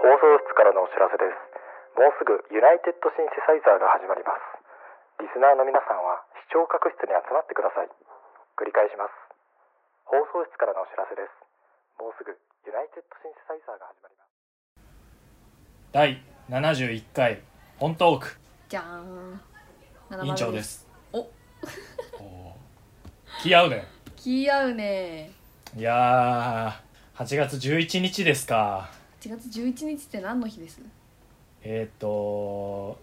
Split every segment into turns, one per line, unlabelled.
放送室からのお知らせですもうすぐユナイテッドシンセサイザーが始まりますリスナーの皆さんは視聴覚室に集まってください繰り返します放送室からのお知らせですもうすぐユナイテッドシンセサイザーが始まります
第71回本トーク
じゃーん。
委員長で。す
お
おー 気合うね
気合うね。
いやー8月11日ですか
8月11日って何の日です
えっ、ー、と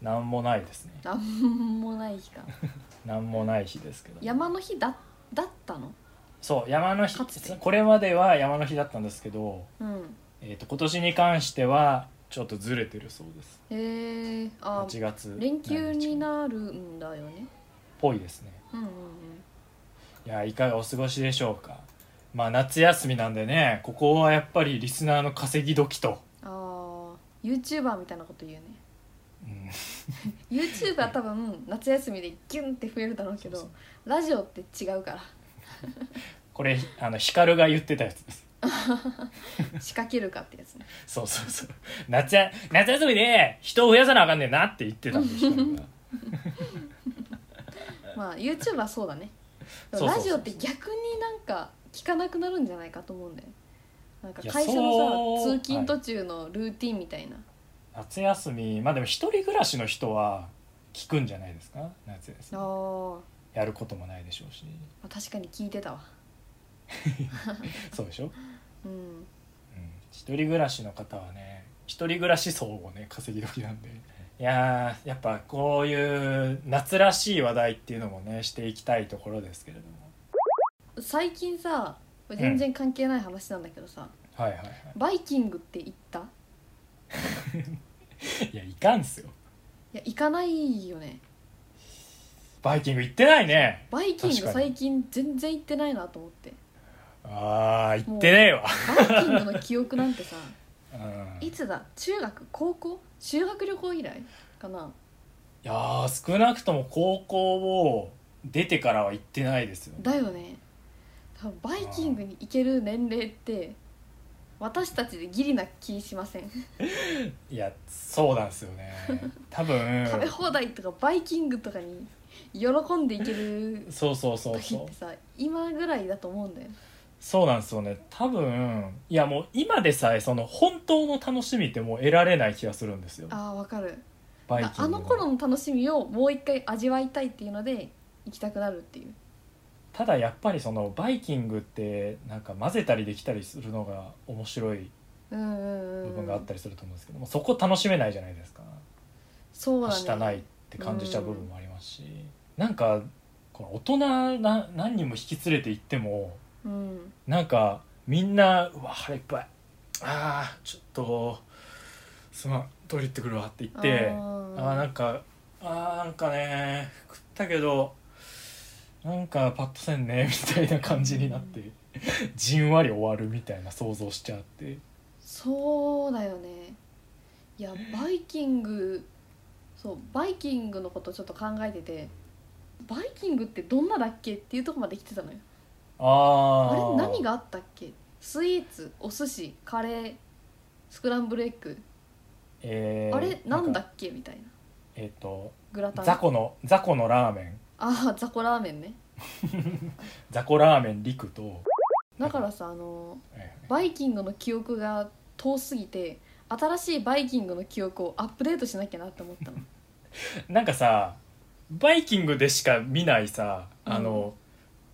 なんもないですね
なんもない日か。
なんもない日ですけど
山の日だだったの
そう山の日
かつて
これまでは山の日だったんですけど、
うん。
えー、と今年に関してはちょっとずれてるそうです
へえー、あ
8月
連休に
っ
なるんだよね。
ぽいですね
うんうん
いやいかがお過ごしでしょうかまあ夏休みなんでねここはやっぱりリスナーの稼ぎ時と、
うん。ああ、YouTuber みたいなこと言うね。
うん、
YouTuber は多分夏休みでギュンって増えるだろうけど、
そう
ラジオって違うから。
これあの光が言ってたやつです
仕掛けるかってやつね。
そうそうそう夏や夏休みで人を増やさなあかんねんなって言ってたんで光が
まあ YouTuber はそうだね。で
そうそ
も
うそう
ラジオって逆になんか聞かなくなるんじゃないかと思うんだよなんか
いや
会社のさ
そう
通勤途中のルーティンみたいな、
夏休みまあでも一人暮らしの人は聞くんじゃないですか夏休み
あーま
やることもないでしょうし
あ確かに聞いてたわ
そうでしょ、うん、
うん
一人暮らしの方はね一人暮らし層をね稼ぎ時なんでいやーやっぱこういう夏らしい話題っていうのもねしていきたいところですけれども
最近さこれ全然関係ない話なんだけどさ、
はいはいは
バイキングって行った
いいやいかんっすよ
いや行かないよね
バイキング行ってないね
バイキン
確か
グ
に
最近全然行ってないなと思って
あー行ってねえわ
バイキングの記憶なんてさ
うん
いつだ中学高校修学旅行以来かない
やー少なくとも高校を出てからは行ってないですよ、
だよね多分バイキングに行ける年齢って私たちでギリな気しません、
いやそうなんですよね多分
食べ放題とかバイキングとかに喜んでいける
そうそうそう
時
そ
っ
う
てさ今ぐらいだと思うんだよ
そうなんですよね多分いやもう今でさえその本当の楽しみってもう得られない気がするんですよ
あーわかる
バイ
あ
キング
あの頃の楽しみをもう一回味わいたいっていうので行きたくなるっていう
ただやっぱりそのバイキングってなんか混ぜたりできたりするのが面白い
うんうん
部
うん
分があったりすると思うんですけども、そこ楽しめないじゃないですか
そう
はした
だ
ないっ
ね
て感じちゃう部分もありますし、なんかこの大人な何人も引き連れて行っても
うん
なんかみんな「うわ腹いっぱいあーちょっとすまんトイレ行ってくるわ」って言ってあーな
あ
んかあーなんかね食ったけどなんかパッとせんね みたいな感じになって、じんわり終わるみたいな想像しちゃって
そうだよねいやバイキングそうバイキングのことちょっと考えててバイキングってどんなだっけっていうとこまで来てたのよあ
あー
れ何があったっけスイーツお寿司カレースクランブルエッグ、
えー
あれなんだ
か
っけみたいな
えっ、と
グラタン
雑魚の雑魚のラーメン
ああ雑魚ラーメンね
雑魚ラーメン陸と、
だからさあの
えー
バイキングの記憶が遠すぎて新しいバイキングの記憶をアップデートしなきゃなって思 ったの
なんかさバイキングでしか見ないさあの、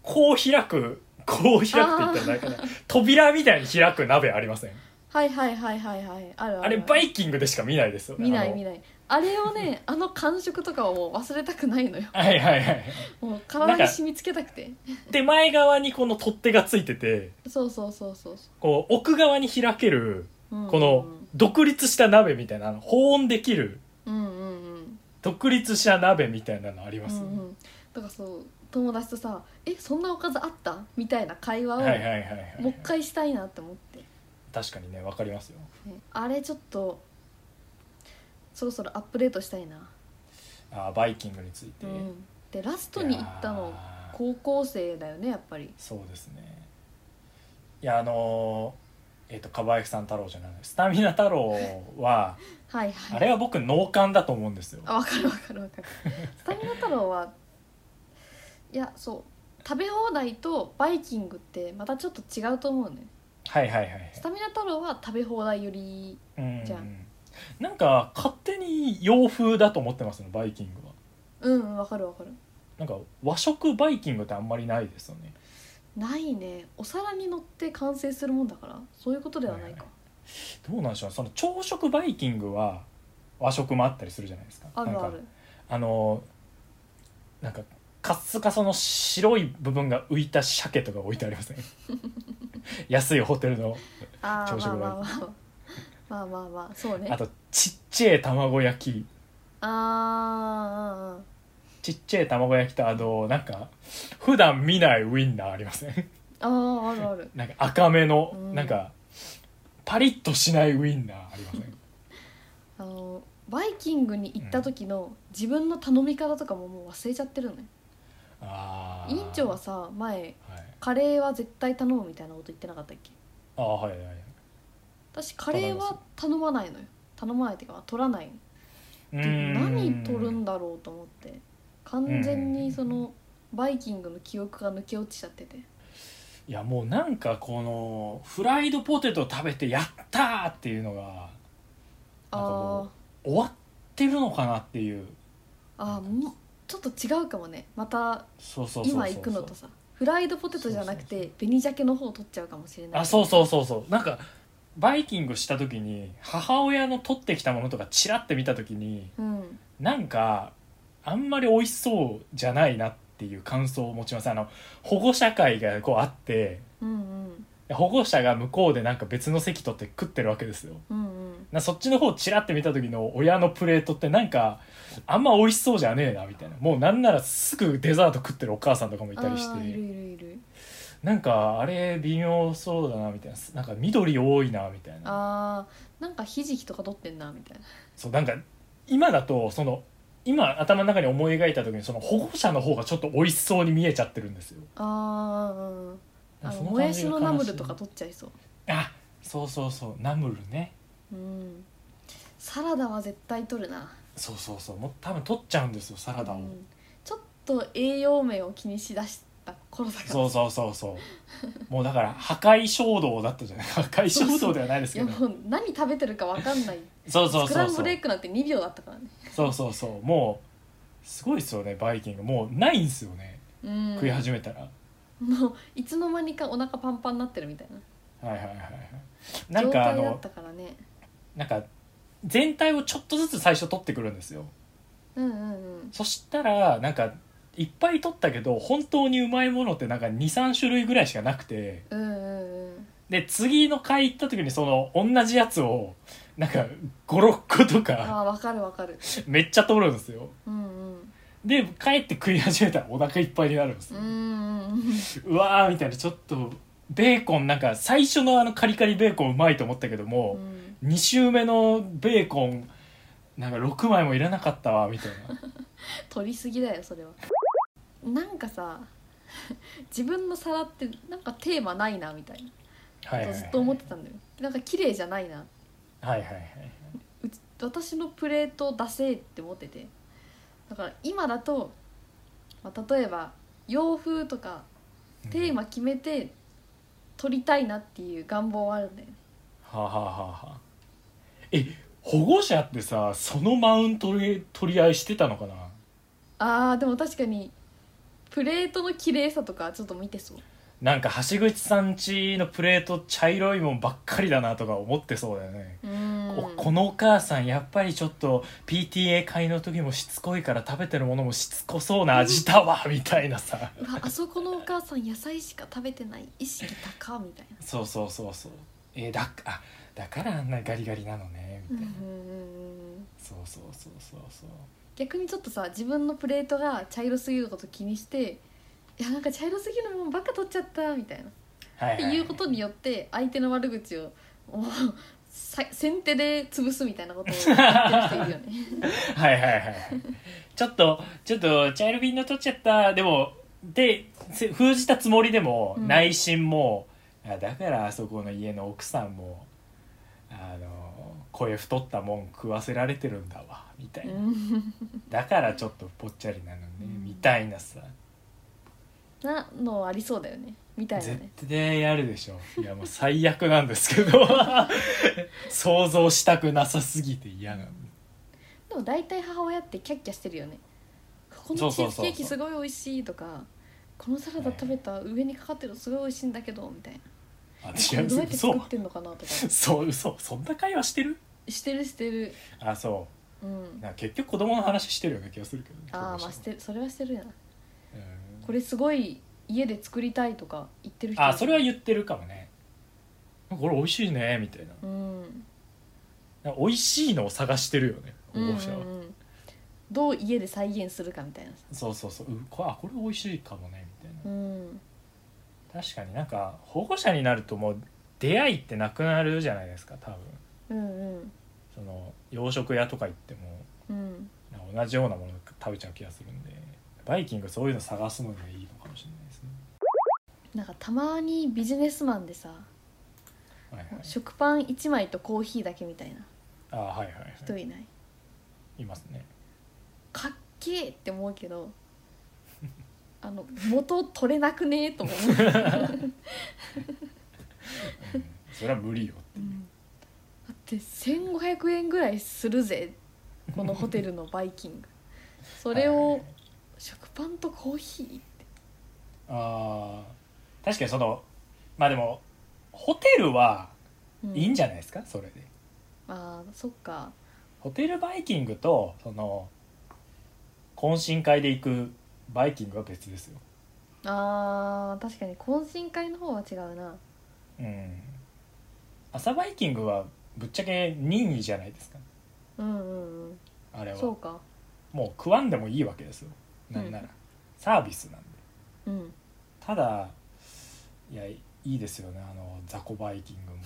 こう開くこう開くって言ったらなんかね扉みたいに開く鍋ありません
はいはいはいはいはいあるある
あれバイキングでしか見ないですよね
見な
あ
い
の
見ないあれを ねあの感触とかをもう忘れたくないのよ
はいはいはい
もう体に染みつけたくて
で前側にこの取っ手がついてて
そうそうそうそうそ
こう奥側に開ける
う、うん、
この独立した鍋みたいなあの保温できる
うんうんうん
独立した鍋みたいなのあり
う
ます、
んうんだからそう友達とさ「えそんなおかずあった?」みたいな会話を
はいはいはいはい、
もう一回したいなって思って、
確かにねわかりますよ
ねあれちょっとそろそろアップデートしたいな、
あーバイキングについて、
うん、でラストに行った
い
の
やー
高校生だよねやっぱり
そうですねいやあのーえっとかばやきさん太郎じゃないスタミナ太郎は
はいはい
あれは僕脳幹だと思うんですよ
あ分かる分かる分かるスタミナ太郎はいやそう食べ放題とバイキングってまたちょっと違うと思うね
はいはいはい
スタミナ太郎は食べ放題より
うん
じゃあ
なんか勝手に洋風だと思ってますねバイキングは
うんうん分かる分かる
なんか和食バイキングってあんまりないですよね
ないねお皿に乗って完成するもんだからそういうことではないか、
どうなんでしょうその朝食バイキングは和食もあったりするじゃないですか
ある
な
あ
んか
る
あのなんかカッスカその白い部分が浮いた鮭とか置いてありま せん安いホテルの
ああ
朝食
まあまあまあまあまあまあそうね
あとちっちゃい卵焼き
あーあーあー
ちっちゃい卵焼きとあのなんか普段見ないウインナーありません
あーあるある
なんか赤めの、
うん
なんかパリッとしないウインナーありません
あのバイキングに行った時の自分の頼み方とかももう忘れちゃってるのね
あー
委員長はさ前
はい
カレーは絶対頼むみたいなこと言ってなかったっけ
あーはいはいはい
私カレーは頼まないのよ頼まないっていうか取らないで何取るんだろうと思って完全にそのバイキングの記憶が抜け落ちちゃってて
いやもうなんかこのフライドポテト食べてやったーっていうのがなんかも
あ
う終わってるのかなっていう
ーあーもうちょっと違うかもねまた
そうそうそうそう
今行くのとさフライドポテトじゃなく
そうそう
て紅鮭の方取っちゃうかもしれない
あそうそうそうそうなんかバイキングした時に母親の取ってきたものとかチラって見た時に
うん
なんかあんまり美味しそうじゃないなっていう感想を持ちますあの保護者会がこうあって
うんうん
保護者が向こうでなんか別の席取って食ってるわけですよ
うんうん
なそっちの方チラって見た時の親のプレートってなんかあんま美味しそうじゃねえなみたいなもうなんならすぐデザート食ってるお母さんとかもいたりし
あーいる
て
いるいる
なんかあれ微妙そうだなみたいななんか緑多いなみたいな
あーなんかひじきとか取ってんなみたいな
そうなんか今だとその今頭の中に思い描いた時にその保護者の方がちょっと美味しそうに見えちゃってるんですよ
あーうんうんあ
そ
の
の
もやしのナムルとか
と
取っちゃいそう
あそうそうそうナムルね
うんサラダは絶対取るな
そうそうそうもう多分取っちゃうんですよサラダを、
うんちょっと栄養面を気にしだした頃だから
そうそうそうそうもうだから破壊衝動だったじゃない 破壊衝動ではないです
い
け
や
ど
もう何食べてるかわかんない
そうそう
スク
そ
ラ
う
ン
そ
ブルエ
う
ッグなんて2秒だったからね
そうそうそうもうすごいですよねバイキングもうないんですよね
うん
食い始めたら、
もういつの間にかお腹パンパンになってるみたいな
はいはいはいはいなん
状
かあ
態だ
の
ったからね
なんか全体をちょっとずつ最初取ってくるんですよ
うんうんうん
そしたらなんかいっぱい取ったけど本当にうまいものってなんか23種類ぐらいしかなくて
うんうんうん
で次の回行った時にその同じやつをなんか56個とか
ああわかるわかる
めっちゃ取るんですよ
うんうん
で帰って食い始めたらお腹いっぱいになるんです
う
よ
んうんう
う
ん
わーみたいなちょっとベーコンなんか最初のあのカリカリベーコンうまいと思ったけども、
うん
2周目のベーコンなんか6枚もいらなかったわみたい な
取りすぎだよそれはなんかさ 自分の皿ってなんかテーマないなみたい
はいはい
な
はい
ずっと思ってたんだよなんか綺麗じゃないな
はいはいはい、
うち私のプレート出せって思っててだから今だと、まあ、例えば洋風とか
うん
テーマ決めて撮りたいなっていう願望はあるんだよね
はあ、はあはあはあ、え保護者ってさそのマウント取り取り合いしてたのかな
あーでも確かにプレートの綺麗さとかちょっと見てそう
なんか橋口さんちのプレート茶色いもんばっかりだなとか思ってそうだよね、
う
お
ーん
このお母さんやっぱりちょっと PTA 会の時もしつこいから食べてるものもしつこそうな味だわみたいなさ
うわあそこのお母さん野菜しか食べてない意識高みたいな
そうそうそうそうえーだあだからあんなガリガリなのねみたいな、そうそうそうそうそう
逆にちょっとさ自分のプレートが茶色すぎること気にしていやなんか茶色すぎるもんばっか取っちゃったみたいな
はい
っていうことによって相手の悪口をもうさ先手で潰すみたいなことをやってる人いるよね
はいはいはいはいちょっとちょっと茶色瓶の取っちゃったでもでせ封じたつもりでも、
うん
内心もあだからあそこの家の奥さんもあの声太ったもん食わせられてるんだわみたいな、
うん
だからちょっとぽっちゃりなのね、
うん
みたいなさ
なのありそうだよねみたいな
絶
ね
対やるでしょいやもう最悪なんですけど 想像したくなさすぎて嫌なの
でも大体母親ってキャッキャしてるよねここ
そ
の
う
チ
そう
ーズ
そうそう
ケーキすごい美味しいとかこのサラダ食べた上にかかってるのすごい美味しいんだけどみたいな
あ
こ
違
れ
う
どうやって
そ
作
う
ってんのかなとか
そう嘘そんな会話してる
してるしてる
あそううんなんか結局子供の話してるような気がするけどね
ああまあしてるそれはしてるやな
うん
これすごい家で作りたいとか言ってる人
あそれは言ってるかもねなんかこれ美味しいねみたいな
うん
なんか美味しいのを探してるよね
う
保
んう
護者は、
んうんどう家で再現するかみたいな
そうそうそううこれあこれ美味しいかもねみたいな、
うん
確かになんか保護者になるともう出会いってなくなるじゃないですか多分
うんうん
その洋食屋とか行っても
うん
なんか同じようなもの食べちゃう気がするんでバイキングそういうの探すのがいいのかもしれないですね
なんかたまにビジネスマンでさ
はいはい
食パン1枚とコーヒーだけみたいな
あはいはい、は
人いない
い、いますね
かっけーって思う けどあの元取れなくねーとも思う
うんそれは無理よ
だって1500円ぐらいするぜこのホテルのバイキングそれ
はいはいは
を
い
食パンとコーヒーって
あー確かにそのまあでもホテルは
うん
いいんじゃないですか、それで
あーそっか
ホテルバイキングとその懇親会で行くバイキングは別ですよ
あー確かに懇親会の方は違うな
うん朝バイキングはぶっちゃけ任意じゃないですか
うんうんうん
あれは
そうか
もう食わんでもいいわけですよなんなら、
うん
サービスなんで
うん
ただいやいいですよねあの雑魚バイキングも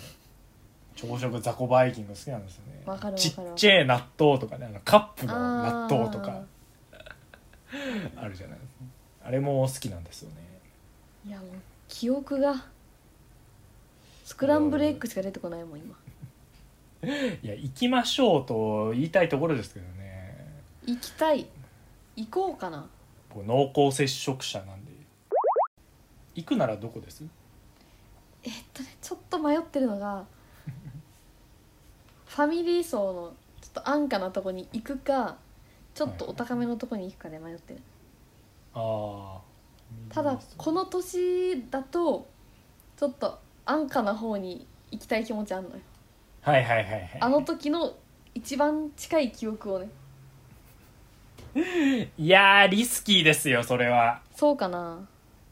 朝食雑魚バイキング好きなんですよね
わかるわかる
ちっちゃい納豆とかねあのカップの納豆とかあるじゃないですかあれも好きなんですよね
いやもう記憶がスクランブルエッグしか出てこないもん今
いや行きましょうと言いたいところですけどね
行きたい行こうかな
僕濃厚接触者なんで行くならどこです
えっとねちょっと迷ってるの がファミリー層のちょっと安価なとこに行くかちょっとお高めのとこに行くかで迷ってる
ああ
ただこの年だとちょっと安価な方に行きたい気持ちあんのよ
はいはいはいはい
あの時の一番近い記憶をね
いやーリスキーですよそれは
そうかな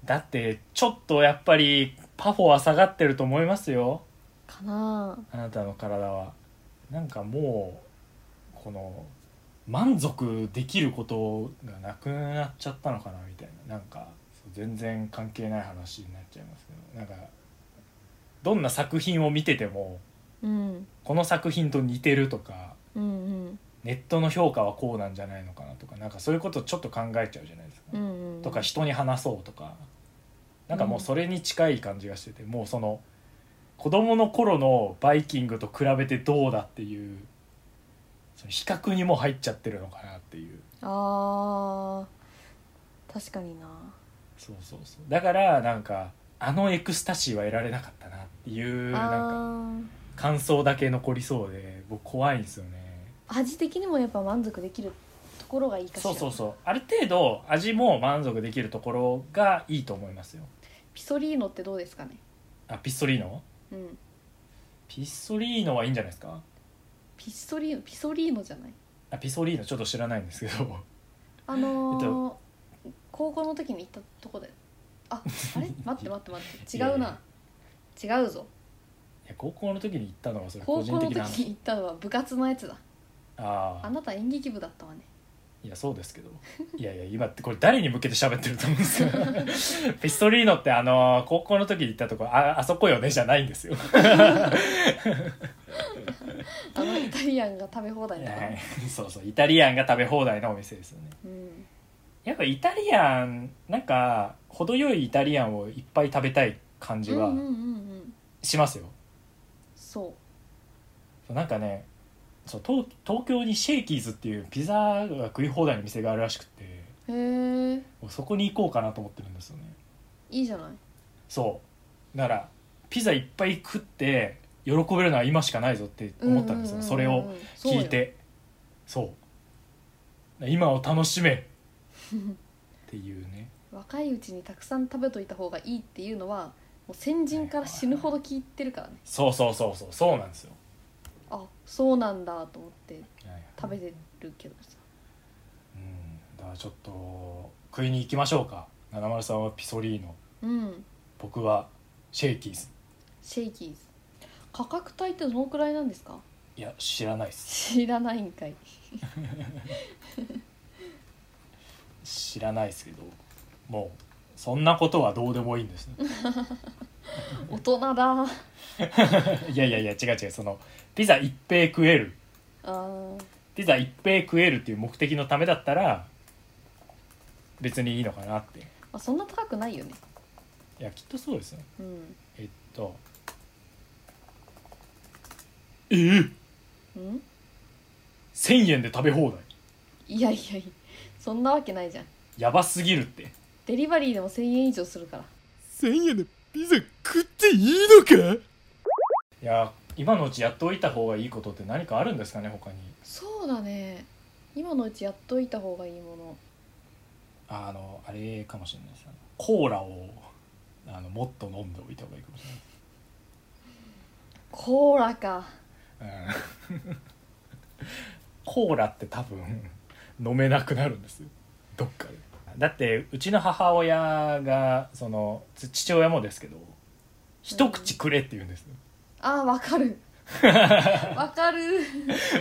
だってちょっとやっぱりパフォは下がってると思いますよ
かな
あなたの体はなんかもうこの満足できることがなくなっちゃったのかなみたいななんかそう全然関係ない話になっちゃいますけどなんかどんな作品を見てても
うん
この作品と似てるとか
うんうん
ネットの評価はこうなんじゃないのかなとかなんかそういうことちょっと考えちゃうじゃないですか、
うんうん
とか人に話そうとかなんかもうそれに近い感じがしてて、もうその子供の頃のバイキングと比べてどうだっていうその比較にも入っちゃってるのかなっていう
あー確かにな
そうそうそうだからなんかあのエクスタシーは得られなかったなっていうなんか
あー
感想だけ残りそうで僕怖いんですよね
味的にもやっぱ満足できるところがいいかしら
そうそうそうある程度味も満足できるところがいいと思いますよ
ピソリーノってどうですかね
あピッソリーノ
うん
ピッソリーノはいいんじゃないですか
ピソリーノピソリーノじゃない
あピソリーノちょっと知らないんですけど
あのー
えっと
高校の時に行ったとこだよああれ 待って待って待って違
いや
う
い
な
や
違うぞ
いや高校の時に行ったのはそれ個
高
人
校の
的
時
な
に
話
行ったのは部活のやつだ
あ
あ
あ
なた演劇部だったわね
いやそうですけどいやいや今ってこれ誰に向けて喋ってると思うんですよ ピストリーノってあの高校の時に行ったとこああそこよねじゃないんですよ
あのイタリアンが食べ放題だわ、
はいそうそうイタリアンが食べ放題のお店ですよね
うん
やっぱイタリアンなんか程よいイタリアンをいっぱい食べたい感じは
うんうんうんうん
しますよ
そ
そうなんかねそう東東京にシェイキーズっていうピザが食い放題の店があるらしくて
うへえ
もうそこに行こうかなと思ってるんですよね
いいじゃない
そうだからピザいっぱい食って喜べるのは今しかないぞって思ったんですよ、
ううう
それを
そうよ
聞いてそう今を楽しめっていうね
若いうちにたくさん食べといた方がいいっていうのはもう先人から死ぬほど聞いてるからね
そうそうそうそうそうなんですよ、
あそうなんだと思って
はい
食べてるけどさ
うんだからちょっと食いに行きましょうか七丸さんはピソリーノ
うん
僕はシェイキーズ
シェイキーズ価格帯ってどのくらいなんですか
いや知らないっす
知らないんかい
知らないっすけどもうそんなことはどうでもいいんですね
大人だあ
いやいやいや違う違うそのピザ一平食える
ー
ピザ一平食えるっていう目的のためだったら別にいいのかなってい
あそんな高くないよね
やきっとそうですよ
うん
えっとええ
うん
1000円で食べ放題
いやいやいやそんなわけないじゃん
やばすぎるって
デリバリーでも1000円以上するから
1000円でピザ食っていいのかいや今のうちやっといた方がいいことって何かあるんですかね他に
そうだね今のうちやっといた方がいいもの
ああのあれかもしれないですあのコーラをあのもっと飲んでおいた方がいいかもし
コーラか
れない、うんコーラって多分飲めなくなるんですよどっかでだってうちの母親がそのつ父親もですけど一口くれって言うんですよ、
あーわ かるわかる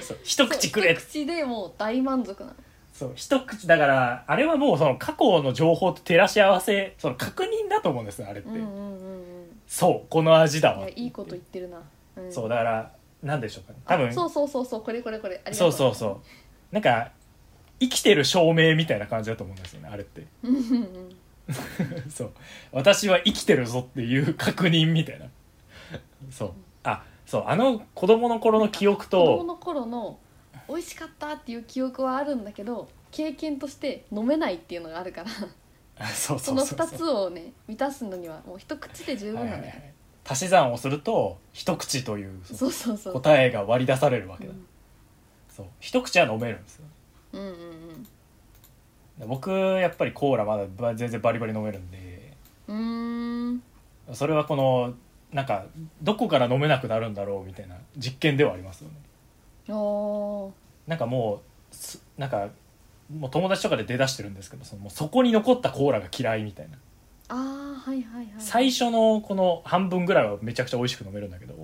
そう一 口くれって
そう一口でもう大満足なの
そう一口だからあれはもうその過去の情報と照らし合わせその確認だと思うんですよあれって、
うんうんうんうん
そうこの味だ
い
わ
やいいこと言ってるな、うん、
そうだからなんでしょうかね
あ
多分
そうそうそうそうこれこれこれありが
そ
と
うそうそうなんか生きてる証明みたいな感じだと思うんですよねあれって
うんうんうん
そう私は生きてるぞっていう確認みたいなそうあそうあの子供の頃の記憶
子供
と
の頃の美味しかったっていう記憶はあるんだけど経験として飲めないっていうのがあるから
そう
そ
そう
の
そうそ
2
う
つをね満たすのにはもう一口で十分
はい
な
は
ん
い
だ
は
よ
い足し算をすると一口というそう
そうそうそう
答えが割り出されるわけだ、
うん
そう一口は飲めるんですよ
うんうんうん
で僕やっぱりコーラまだば全然バリバリ飲めるんで
うーん
それはこのなんかどこから飲めなくなるんだろうみたいな実験ではありますよね
おー
なんかもうすなんかもう友達とかで出だしてるんですけどそのもうそこに残ったコーラが嫌いみたいな
あーはいはいはい
最初のこの半分ぐらいはめちゃくちゃ美味しく飲めるんだけど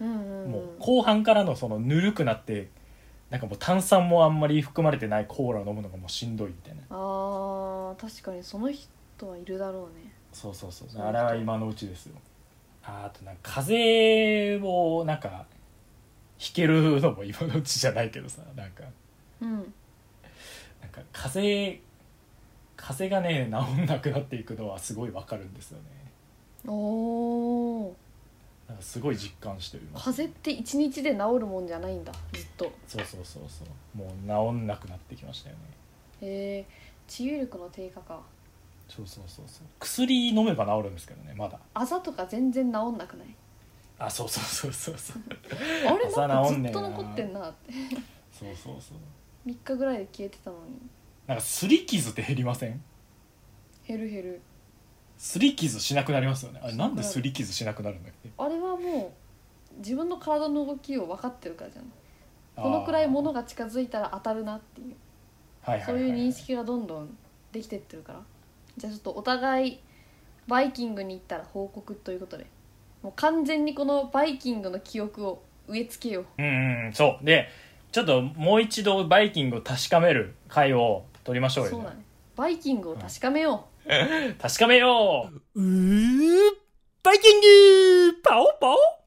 うんうんうん
もう後半からのそのぬるくなってなんかもう炭酸もあんまり含まれてないコーラを飲むのがもうしんどいみたいな
あー確かにその人はいるだろうね
そうそうそう
そう
あれは今のうちですよああとなんか風邪をなんか引けるのも今のうちじゃないけどさなんか
うん
なんか風邪風邪がね治んなくなっていくのはすごいわかるんですよね
おお
なんかすごい実感してる
風邪って一日で治るもんじゃないんだずっと
そうそうそうそうもう治んなくなってきましたよね
へえ治癒力の低下か
そうそうそうそう薬飲めば治るんですけどねまだ
あざとか全然治んなくない
あそうそうそうそうそう
あれ
朝
なんか
治
ず
んね
っ
えな
と残ってんなって
そうそうそう
3日ぐらいで消えてたのに
なんかすり傷って減りません
減る減る
すり傷しなくなりますよねあれなんですり傷しなくなるんだっけ
あれはもう自分の体の動きを分かってるからじゃん
あー
このくらい物が近づいたら当たるなっていう
はいは
そ
は
う
は
いう認識がどんどんできてってるからじゃあちょっとお互いバイキングに行ったら報告ということでもう完全にこのバイキングの記憶を植え付けよう
うんうんうんそうでちょっともう一度バイキングを確かめる回を取りましょうよ、
そうだねバイキングを確かめよ
確かめよう
うーバイキングパオパオ